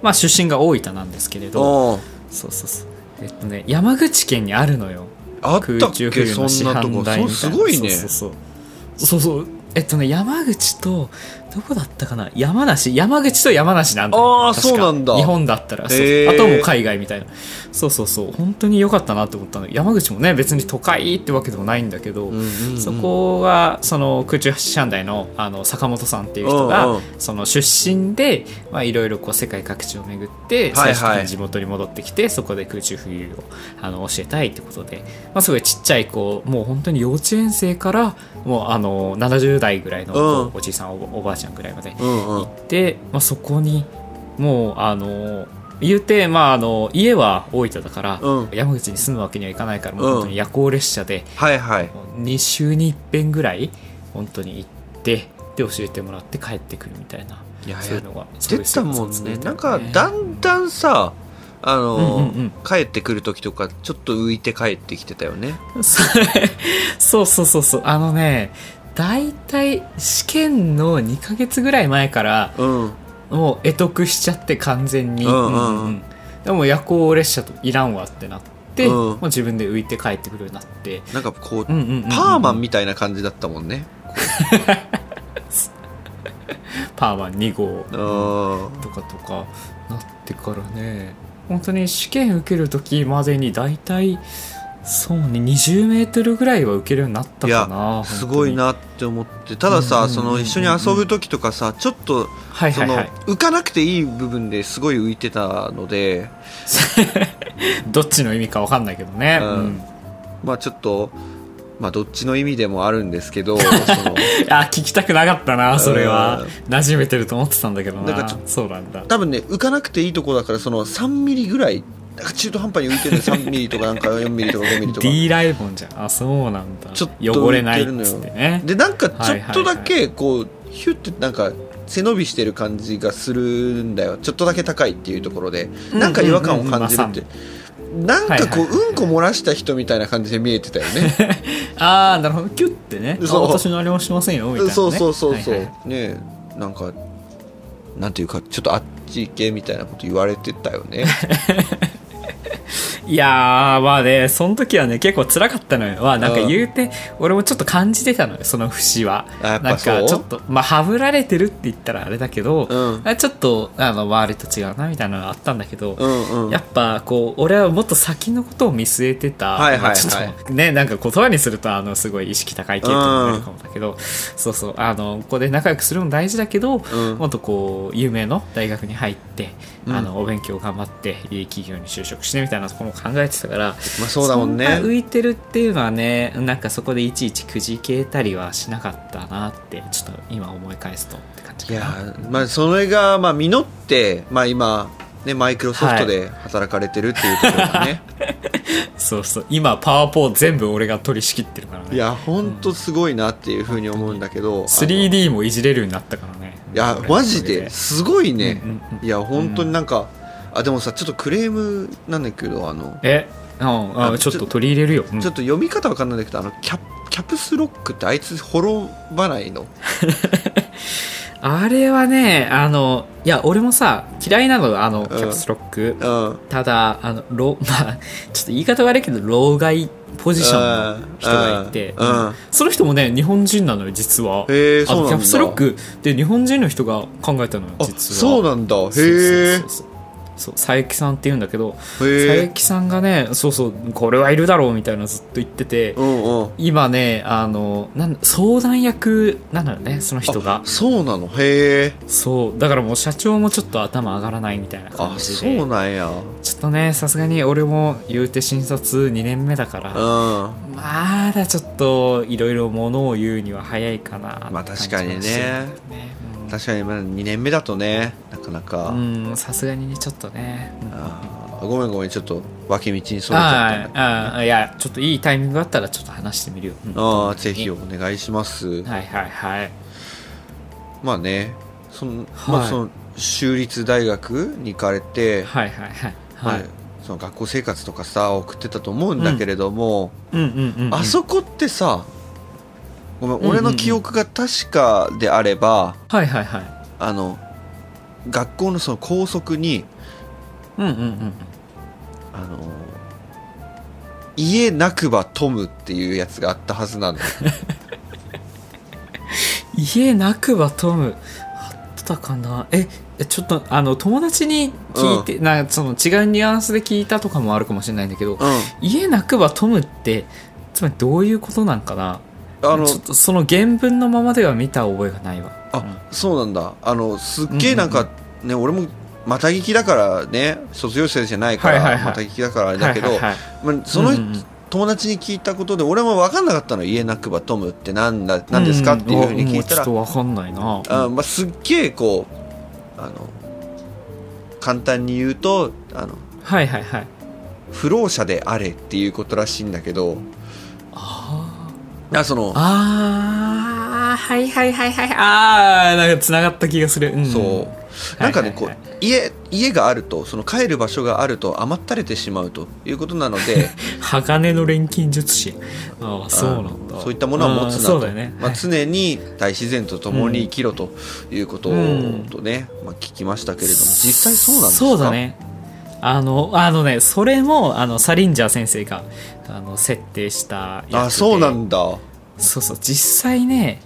B: まあ出身が大分なんですけれど
A: おー
B: そうそうそうえっとね山口県にあるのよ
A: あった
B: 空
A: っ
B: 中浮
A: け
B: 遊の
A: そ
B: 師
A: んなと
B: 範
A: こ
B: 台みたい
A: そう
B: な
A: すごいね
B: そうそうそうそうそうえっとね山口とどこだったかな山梨山口と山梨なんだよ
A: あー
B: 確か
A: そうなんだ
B: 日本だったらそう
A: へー
B: あとはもう海外みたいなそうそうそう本当に良かったなと思ったの山口もね別に都会ってわけでもないんだけど、
A: うんうんうん
B: そこがその空中師範代のあの坂本さんっていう人が、
A: うんうん
B: その出身でまあいろいろこう世界各地を巡っ
A: はい
B: て
A: はい
B: 最終的に地元に戻ってきて、そこで空中浮遊をあの教えたいってことで、まあ、すごいちっちゃい子もう本当に幼稚園生からもうあの70代ぐらいの
A: うん
B: おじいさん、おおばあちゃんぐらいまで
A: うんう
B: 行
A: ん
B: って、まあ、そこにもうあの言うて、まあ、あの家は大分だから、
A: うん
B: 山口に住むわけにはいかないからもう本当に夜行列車で。
A: はいはい
B: 2週に一遍ぐらい本当に行ってで教えてもらって帰ってくるみたいない
A: や
B: そういうのが
A: 出たもんねなんかだ
B: だ
A: んだんさあの、
B: うんうん
A: 帰ってくる時とかちょっと浮いて帰ってきてたよね
B: それ そうそうそうそうあのね大体試験の2ヶ月ぐらい前から
A: うん
B: もう得得しちゃって完全に、
A: うんうんうん
B: でも夜行列車といらんわってなって、
A: うん
B: もう自分で浮いて帰ってくるようになって、
A: なんかこう,、
B: うんうんうんうん
A: パーマンみたいな感じだったもんね
B: パーマン2号
A: うん、あ
B: とかとかなってからね本当に試験受ける時までに大体そうね20メートルぐらいは受けるようになった
A: い
B: か
A: や
B: な
A: すごいなって思ってただ
B: うん
A: さ
B: うんうん
A: そ
B: うん
A: の一緒に遊ぶ時とかさちょっと
B: はい
A: そ
B: はい
A: の
B: はい
A: 浮かなくていい部分ですごい浮いてたので
B: どっちの意味か分かんないけどね、
A: うん
B: うん
A: まあちょっとまあどっちの意味でもあるんですけどその
B: あ聞きたくなかったなそれは馴染めてると思ってたんだけど
A: なんか
B: な
A: ちょ
B: そうなんだ
A: 多分ね浮かなくていいとこだからその3ミリぐらいなんか中途半端に浮い てる3ミリとかなんか4ミリとか5ミリとか
B: D ライボンじゃんあそうなんだ
A: ちょっと
B: 汚れ
A: 浮い
B: ない
A: て
B: っ
A: るのよ
B: つってね
A: でなんかちょっとだけこうヒュってなんか背伸びしてる感じがするんだよちょっとだけ高いっていうところでなんか違和感を感じるってなんかこう
B: はいはいはい
A: うんこ漏らした人みたいな感じで見えてたよ ね
B: ああなるほどキュッてねあ
A: そう
B: 私のあれもしませんよみたいな、ね、
A: そうそうそうそう
B: はいはい
A: ねえなんか なんていうかちょっとあっち行けみたいなこと言われてたよね
B: いいやーまあねその時はね結構辛かったのよまあなんか言うて、俺もちょっと感じてたのよその節は
A: あや
B: な
A: っ
B: ん
A: ぱ
B: かち
A: そう
B: ょっとまあはぶられてるって言ったらあれだけど、
A: うん
B: あちょっとあの周りと違うなみたいなのがあったんだけど、
A: うんうん
B: やっぱこう俺はもっと先のことを見据えてた、
A: はいはいはい
B: まあちょっとねなんか言葉にするとあのすごい意識高い系統になるかもだけど、そうそうあのここで仲良くするのも大事だけど、
A: ん
B: もっとこう有名の大学に入って、
A: うん
B: あのお勉強頑張っていい企業に就職してみたいなところも考えてたから、
A: まあそうだもんね
B: そな浮いてるっていうのはねなんかそこでいちいちくじけたりはしなかったなってちょっと今思い返すとって感じ
A: い
B: かな
A: やーまあそれがまあ実ってまあ今ねマイクロソフトで働かれてるっていうところがね、
B: そうそう今パワーポー全部俺が取り仕切ってるからね
A: い、やほんとすごいなっていうふうに思うんだけど
B: 3D もいじれるようになったからね
A: いやマジですごいね、
B: うんうん
A: いや本当になんか、あでもさちょっとクレームなんだけどあの
B: えうんあ
A: あ
B: ちょっと取り入れるよ、うん
A: ちょっと読み方わかんないんだけどあのキャキャプスロックってあいつ滅ばないの
B: あれはねあのいや俺もさ嫌いなのあのキャプスロック、
A: うん
B: ただあのロ、 まあ、ちょっと言い方悪いけど老害ポジションの人がいて、
A: うんうん
B: その人もね日本人なのよ実は
A: へー
B: あ
A: そうなん
B: の
A: だ
B: キャプスロックで日本人の人が考えたのよ
A: あ
B: 実は
A: そうなんだへ
B: そう
A: え
B: そうそうそうそう佐伯さんって言うんだけど佐
A: へえ
B: 伯さんがねそうそうこれはいるだろうみたいなのずっと言ってて、
A: うんうん
B: 今ねあのなん相談役なんだろうねその人が
A: あそうなのへえ
B: そうだからもう社長もちょっと頭上がらないみたいな
A: あ
B: 感じ
A: そ
B: で
A: うなんやうん
B: ちょっとねさすがに俺も言うて新卒2年目だから
A: ま
B: まだちょっといろいろものを言うには早いかな
A: あ確かにね
B: ね
A: 確かにまだ2年目だとねなかな
B: う
A: か、
B: んうんさすがにねちょっとねうん
A: あーごめんごめんちょっと脇道にそれちゃったんだ
B: あああいやちょっといいタイミングがあったらちょっと話してみるよ、うん
A: ああぜひお願いします
B: はいはいはい
A: まあねその、
B: は
A: ま
B: い
A: あその州立大学に行かれて、
B: はいはいはい
A: まあ
B: はい
A: その学校生活とかさ送ってたと思うんだけれども、
B: うんうんうんうん
A: あそこってさごめん、
B: んうんうん
A: 俺の記憶が確かであれば
B: はいはいはい
A: あの学校のその校則に
B: うんうんうん
A: あの家なくば富むっていうやつがあったはずなんだよ
B: 家なくばトムあったかなええちょっとあの友達に聞いて、なんかその違うニュアンスで聞いたとかもあるかもしれないんだけど、
A: う
B: 家なくばトムってつまりどういうことなんかなん
A: あの
B: ちょっとその原文のままでは見た覚えがないわ
A: あそうなんだあのすっげえなん
B: う
A: か、ね俺もまた聞きだからね卒業生じゃないから、
B: はいはいはい
A: また聞きだからあれだけど、
B: はいはいはい
A: まあ、その、
B: うんうんうん
A: 友達に聞いたことで俺も分かんなかったの家なくばトムってなんだなんですかっていうふうに聞いたら、
B: うんうんもうちょっとわかんないな
A: あまあ、すっげえこうあの簡単に言うとあの
B: はいはいはい
A: 不老者であれっていうことらしいんだけど
B: あー
A: あその
B: あーはいはいはいはいああなんかつながった気がする、うん
A: そうなんかね、
B: はいはいはい
A: こう家家があるとその帰る場所があると余ったれてしまうということなので
B: 鋼の錬金術師ああ そうな
A: あ
B: んだ
A: のそういったものは持つ
B: ああ
A: な
B: そ
A: と
B: うだよね、
A: まあ、
B: はい
A: 常に大自然と共に生きろということを
B: うん
A: とね、まあ、聞きましたけれども実際そうなんですか
B: そうだねあのあのねそれもあのサリンジャー先生があの設定したやつで
A: あそうなんだう
B: そうそう実際ね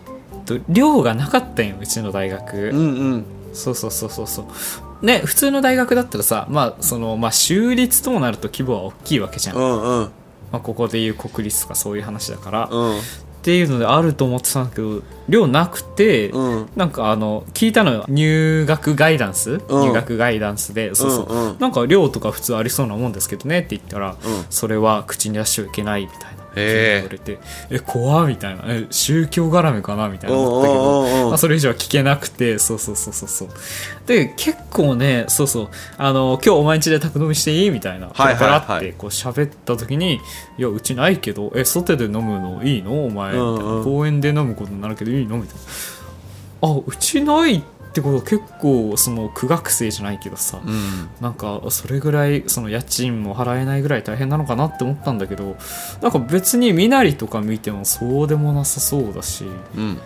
B: と寮がなかったんようちの大学、
A: んうん
B: そうそうそうそうそうね普通の大学だったらさまあそのまあ州立ともなると規模は大きいわけじゃん、
A: う
B: ま
A: んうん
B: あ、ここでいう国立とかそういう話だから、っ
A: うん
B: ていうのであると思ってたんだけど寮なくて、
A: うん
B: なんかあの聞いたのよ入学ガイダンス、
A: うん
B: 入学ガイダンスでそうそう、
A: うんうん
B: なんか寮とか普通ありそうなもんですけどねって言ったら、
A: ん
B: それは口に出しちゃいけないみたいな
A: へえ
B: 言われてえ怖っみたいなえ宗教絡みかなみたいな思ったけど
A: おうおうおうおう
B: まあ、それ以上は聞けなくてそうそうそうそうそうで結構ねそうそうあの今日お前ん家で宅飲みしていいみたいな
A: はいはいはい
B: パラパラってこう喋った時に「いやうちないけどえ外で飲むのいいのお前」みたいな
A: うんうん
B: 公園で飲むことになるけどいいのみたいなあうちないってことは結構その苦学生じゃないけどさ、
A: うん
B: なんかそれぐらいその家賃も払えないぐらい大変なのかなって思ったんだけどなんか別に身なりとか見てもそうでもなさそうだし、
A: うん
B: うん、っ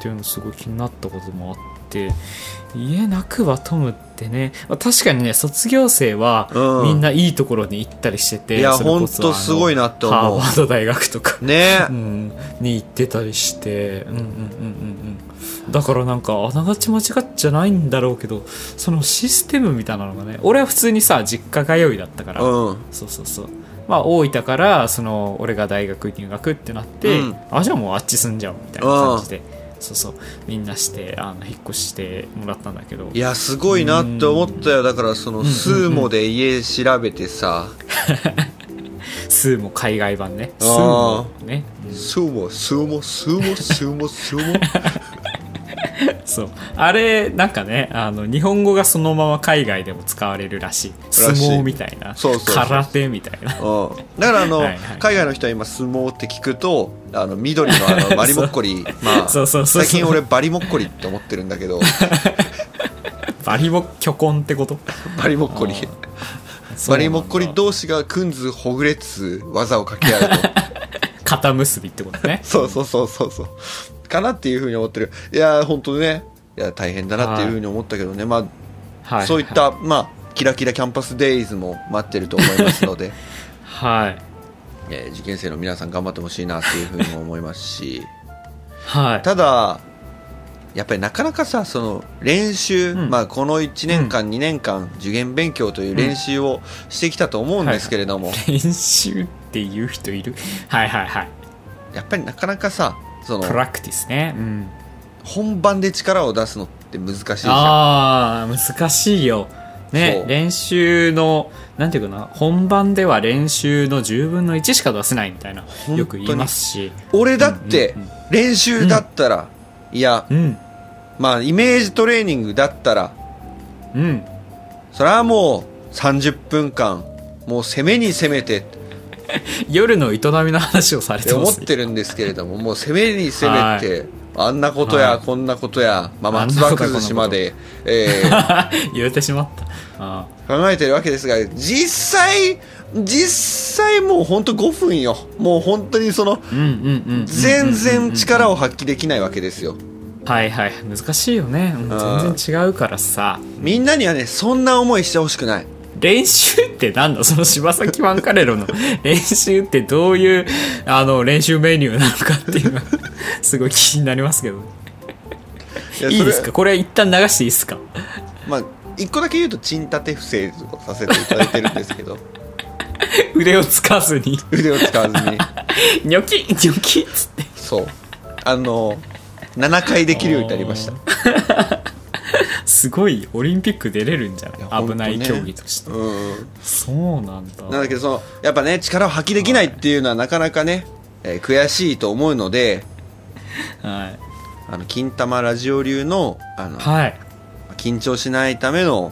B: ていうのすごい気になったこともあっって家なくはトムってねまあ確かにね卒業生は
A: うん
B: みんないいところに行ったりしてて、
A: いや
B: それこそ
A: ほんとすごいなって思う
B: あのハーバード大学とか、
A: ね
B: うん、に行ってたりしてうんうんうんうんうんだからなんかあながち間違っちゃないんだろうけどそのシステムみたいなのがね俺は普通にさ実家通いだったから、
A: うん
B: そうそうそうまあ大分からその俺が大学入学ってなって、
A: うん
B: あじゃあもうあっち住んじゃおうみたいな感じで、そうそうみんなしてあの引っ越してもらったんだけど
A: いやすごいなって思ったよだからその
B: んうん
A: スーモで家調べてさ
B: スーも海外版ね
A: あ
B: ス
A: ー
B: ーもね、うん
A: スーモスーモスーモスーモスーモ
B: そうあれなんかねあの日本語がそのまま海外でも使われるらしい相
A: らしい
B: 撲みたいな
A: そうそうそう
B: 空手みたいな
A: うん、だからあの、
B: はいはい
A: 海外の人は今相撲って聞くとあの緑のあ のバリモッコリまあ
B: そうそうそうそう
A: 最近俺バリモッコリって思ってるんだけ ど
B: バリボ巨根ってこと
A: バリモッコリ
B: あー
A: バリモッコリ
B: ど
A: 同士がくんずほぐれつ技を掛け合 うと
B: 肩結びってこ とね
A: そうそうそうそうそうかなっていうふうに思ってるいや本当ねいや大変だなっていうふうに思ったけどね、まあ
B: は
A: そういった、まあ、キラキラキャンパスデイズも待ってると思いますの で、
B: はい
A: えー受験生の皆さん頑張ってほしいなっていうふうにも思いますし、
B: はい
A: ただ、やっぱりなかなかさ、その練習、
B: うん
A: まあ、この1年間、2年間、受験勉強という練習をしてきたと思うんですけれども、
B: 練習っていう人いるはいはいはい
A: やっぱりなかなかさ、そ
B: プ
A: の
B: ラクティスね、うん、
A: 本番で力を出すのって難しいじゃん。
B: あー難しいよ
A: そ
B: ね
A: う
B: 練習のなんていうかな本番では練習の10分の1しか出せないみたいな
A: 当に
B: よく言いますし
A: 俺だって
B: うんうん
A: 練習だったら、いや、
B: うん
A: まあ、イメージトレーニングだったら、
B: うん
A: それはもう30分間もう攻めに攻めてっ
B: 夜の営みの話をされ
A: て
B: てま
A: 思っ
B: す
A: てるんですけれどももう攻めに攻めて、あんなことや、
B: はい
A: こんなことや、まあ、
B: あん
A: 松
B: なこ
A: 葉
B: と
A: 崩しまで、えー
B: 言えてしまったあ
A: 考えてるわけですが実際実際もうほんと5分よもう本当にその
B: ーうんうんうんうん
A: 全然力を発揮できないわけですよ
B: はいはい難しいよね、うん
A: あー
B: 全然違うからさ
A: みんなにはねそんな思いしてほしくない
B: 練習ってなんだその柴崎ワンカレ ロの練習ってどういうあの練習メニューなのかっていうのが すごい気になりますけど
A: いや
B: いい
A: それ
B: ですかこれ一旦流していいですか
A: まあ一個だけ言うとチンタテ不正をさせていただいてるんですけど
B: 腕を使わずに
A: 腕を使わずに
B: ニョキニョキっつって
A: そう。あの、7回できるようになりました。
B: すごいオリンピック出れるんじゃない
A: いや
B: 危ない
A: ほんと
B: 競
A: ね
B: 技として、
A: うん。
B: そうなんだ
A: なんだけど、その、やっぱね、力を発揮できないっていうのはなかなかね、えー悔しいと思うので、
B: はい、
A: あの、金玉ラジオ流の、あの、
B: はい
A: 緊張しないための、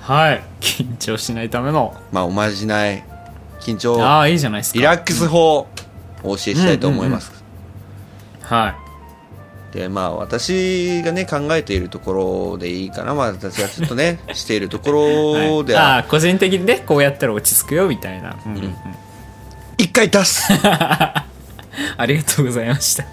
B: はい緊張しないための
A: まあ、おまじない、緊
B: あ
A: 張、
B: あいいじゃないですか
A: リラックス法をお教えしたいと思います。
B: はい
A: で、まあ、私がね、考えているところでいいかな。まあ、私がちょっとね、 しているところで
B: ああ
A: は、
B: ー個人的にねこうやったら落ち着くよみたいな、うんうんうん、
A: 一回出す
B: ありがとうございました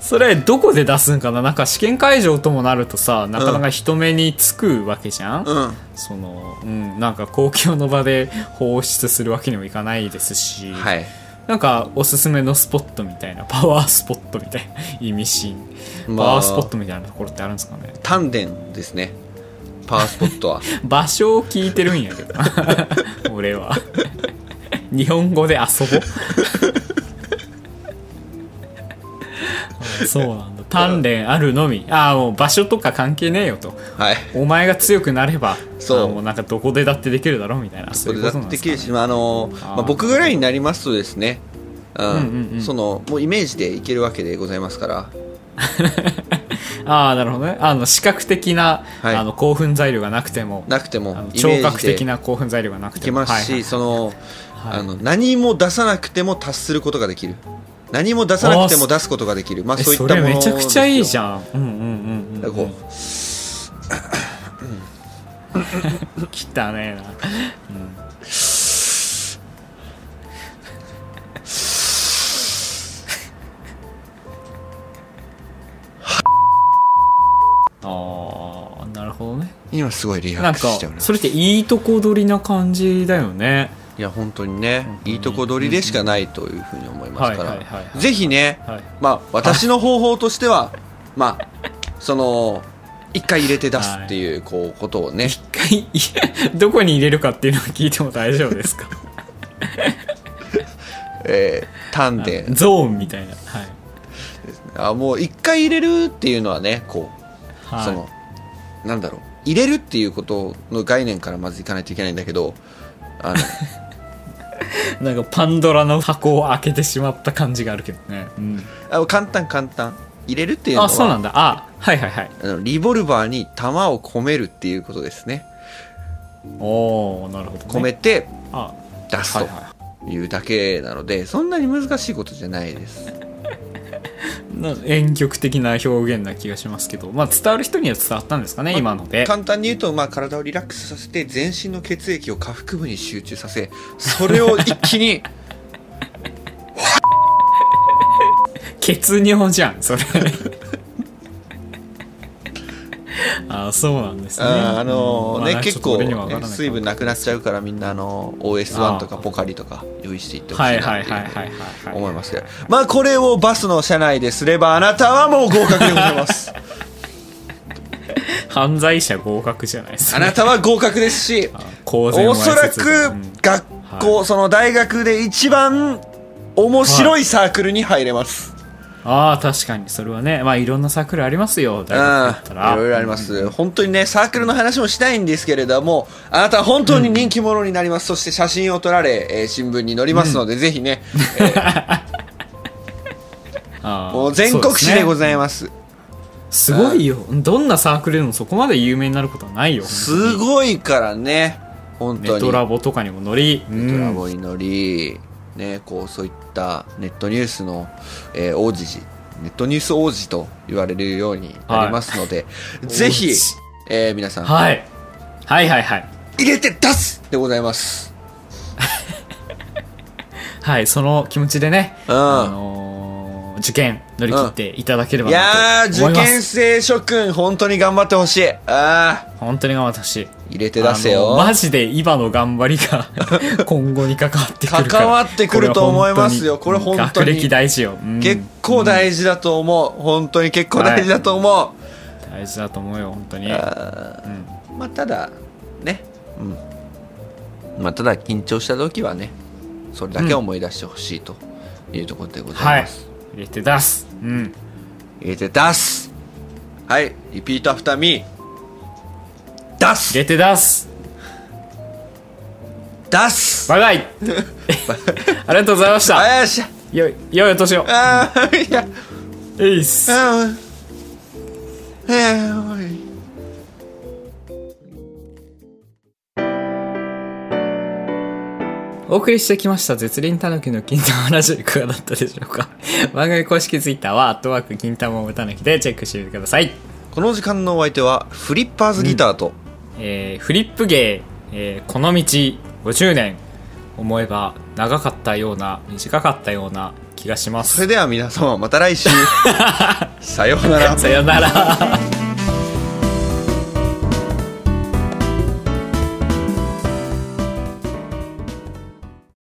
B: それどこで出すんかななんか試験会場ともなるとさなかなか人目につくわけじゃん、
A: うん。
B: そのうんなんか公共の場で放出するわけにもいかないですし、
A: はい。
B: なんかおすすめのスポットみたいなパワースポットみたいな意味深パ
A: まあ
B: ワースポットみたいなところってあるんですかね
A: 丹田ですねパワースポットは
B: 場所を聞いてるんやけど 俺は日本語で遊ぼうあ そうなんだ鍛錬あるのみああもう場所とか関係ねえよと
A: はい
B: お前が強くなれば
A: そう
B: ああもうなんかどこでだってできるだろうみたいな
A: そ
B: そうい
A: れ
B: う
A: だ
B: こ
A: っ
B: となん
A: て
B: で
A: ですきるし、
B: か、
A: まああのまあ、
B: あー
A: 僕ぐらいになりますとですね、うん
B: うんうん
A: そのもうイメージでいけるわけでございますから
B: ああなるほどねあの視覚的な、
A: はい
B: あの興奮材料がなくても
A: なくても
B: あの
A: イメージ
B: 聴
A: で
B: 覚的な興奮材料がなく
A: い
B: て
A: け
B: も
A: ますし、
B: はいはい
A: その,、
B: はい
A: あの何も出さなくても達することができる何も出さなくても出すことができるまあ
B: え
A: そうい
B: そ
A: った
B: れ
A: もの
B: めちゃくちゃいいじ
A: ゃん
B: ゃんうんうんうんうん、
A: だからこ
B: 汚ねえな、ーなるほどね
A: 今すごいリラ
B: な
A: ッ
B: ん
A: ク
B: か
A: スしております
B: それっていいとこ取りな感じだよね
A: いや本当にねいいとこ取りでしかないというふうに思いますか
B: はいはいはいは
A: ら
B: い
A: ぜひね、
B: はい
A: まあ私の方法として はまあその一回入れて出すっていうこうこと をね、
B: 一回いや どこに入れるかっていうのは聞いても大丈夫ですか
A: えー、丹田
B: ゾーンみたいなはい、
A: あもう一回入れるっていうのはねこう、
B: はい、
A: そのなんだろう入れるっていうことの概念からまずいかないといけないんだけどあの
B: なんかパンドラの箱を開けてしまった感じがあるけどね、うん、
A: あ簡単簡単入れるっていうのは
B: あそうなんだあはいはいはい
A: あのリボルバーに弾を込めるっていうことですね
B: おおなるほど、ね、
A: 込めて
B: あ
A: 出す
B: はい
A: と
B: は
A: いうだけなので、そんなに難しいことじゃないです
B: いな婉曲的な表現な気がしますけどまあ伝わる人には伝わったんですかね今ので
A: 簡単に言うと、まあ、体をリラックスさせて全身の血液を下腹部に集中させそれを一気 に
B: 血尿じゃんそれあそうなんですね
A: あーあの
B: うん
A: ね、
B: まあ
A: 結
B: ちょっと
A: 構、
B: 俺には分から
A: ね、
B: ない
A: 水分なくなっちゃうからみんなあの OS1 とか
B: あー
A: ポカリとか用意していってほし
B: はいいは
A: ないって
B: はいはいはいいうはい
A: 思いますけどまあこれをバスの車内ですればあなたはもう合格でございます
B: 犯罪者合格じゃないです
A: あ
B: か
A: なたは合格ですし
B: 公然
A: お
B: わい
A: そら
B: せつ
A: く
B: 罪うん
A: 学校、その大学で一番面白いサークルに入れます、
B: ああ確かにそれはねまあいろんなサークルありますよ大学だった
A: うん
B: ら
A: いろいろあります、本当にねサークルの話もしたいんですけれどもあなたは本当に人気者になります、そして写真を撮られ、えー新聞に載りますので、ぜひね、えー
B: あー
A: もう全国
B: そ
A: 紙
B: う
A: で
B: ね
A: ございます
B: すごいよどんなサークルでもそこまで有名になることはないよ
A: すごいからね本当
B: ネ
A: に
B: トラボとかにも乗りう
A: ネトラ
B: ん
A: ボに乗り、ね、こうそういったネットニュースの、えー王子ネットニュース王子と言われるようになりますので、ぜひ
B: 王子、
A: えー皆さん、
B: はいはいはいはい
A: 入れて出すでございます
B: はいその気持ちでね、
A: うん
B: あのー受験乗り切っていただければ
A: いや
B: な
A: ー
B: と思
A: 受
B: います、
A: 験生諸君本当に頑張ってほしいあ
B: 本当に頑張ってほしい
A: ー入れて出せ
B: あの
A: よ
B: マジで今の頑張り が今後に関わってくるから
A: 関わってくると思いますよこれ本当に
B: 学歴大事よ、うん
A: 結構大事だと思う本当に結構大事だと思う、
B: 大事だと思うよ本当に
A: あーまあただねうんまあただ緊張した時はねそれだけ思い出してほしいというところでござ
B: はいい
A: ます、
B: 入れて出すうん
A: 入れて出すはいリピートアフターミー出す
B: 入れて出す
A: 出す
B: バ カいありがとうございました
A: あよっしゃ
B: よいよいお年を
A: あーいや
B: えいっす
A: あーえーおい
B: お送りしてきました絶倫たぬきの金玉ラジオいかがだったでしょうか 番組公式ツイッターはアットワーク金玉をたぬきでチェックしてみてください
A: この時間のお相手はフリッパーズギターと、
B: えーフリップ芸、えーこの道50年思えば長かったような短かったような気がしま
A: そ
B: す
A: れでは皆様また来週さようなら
B: さよなら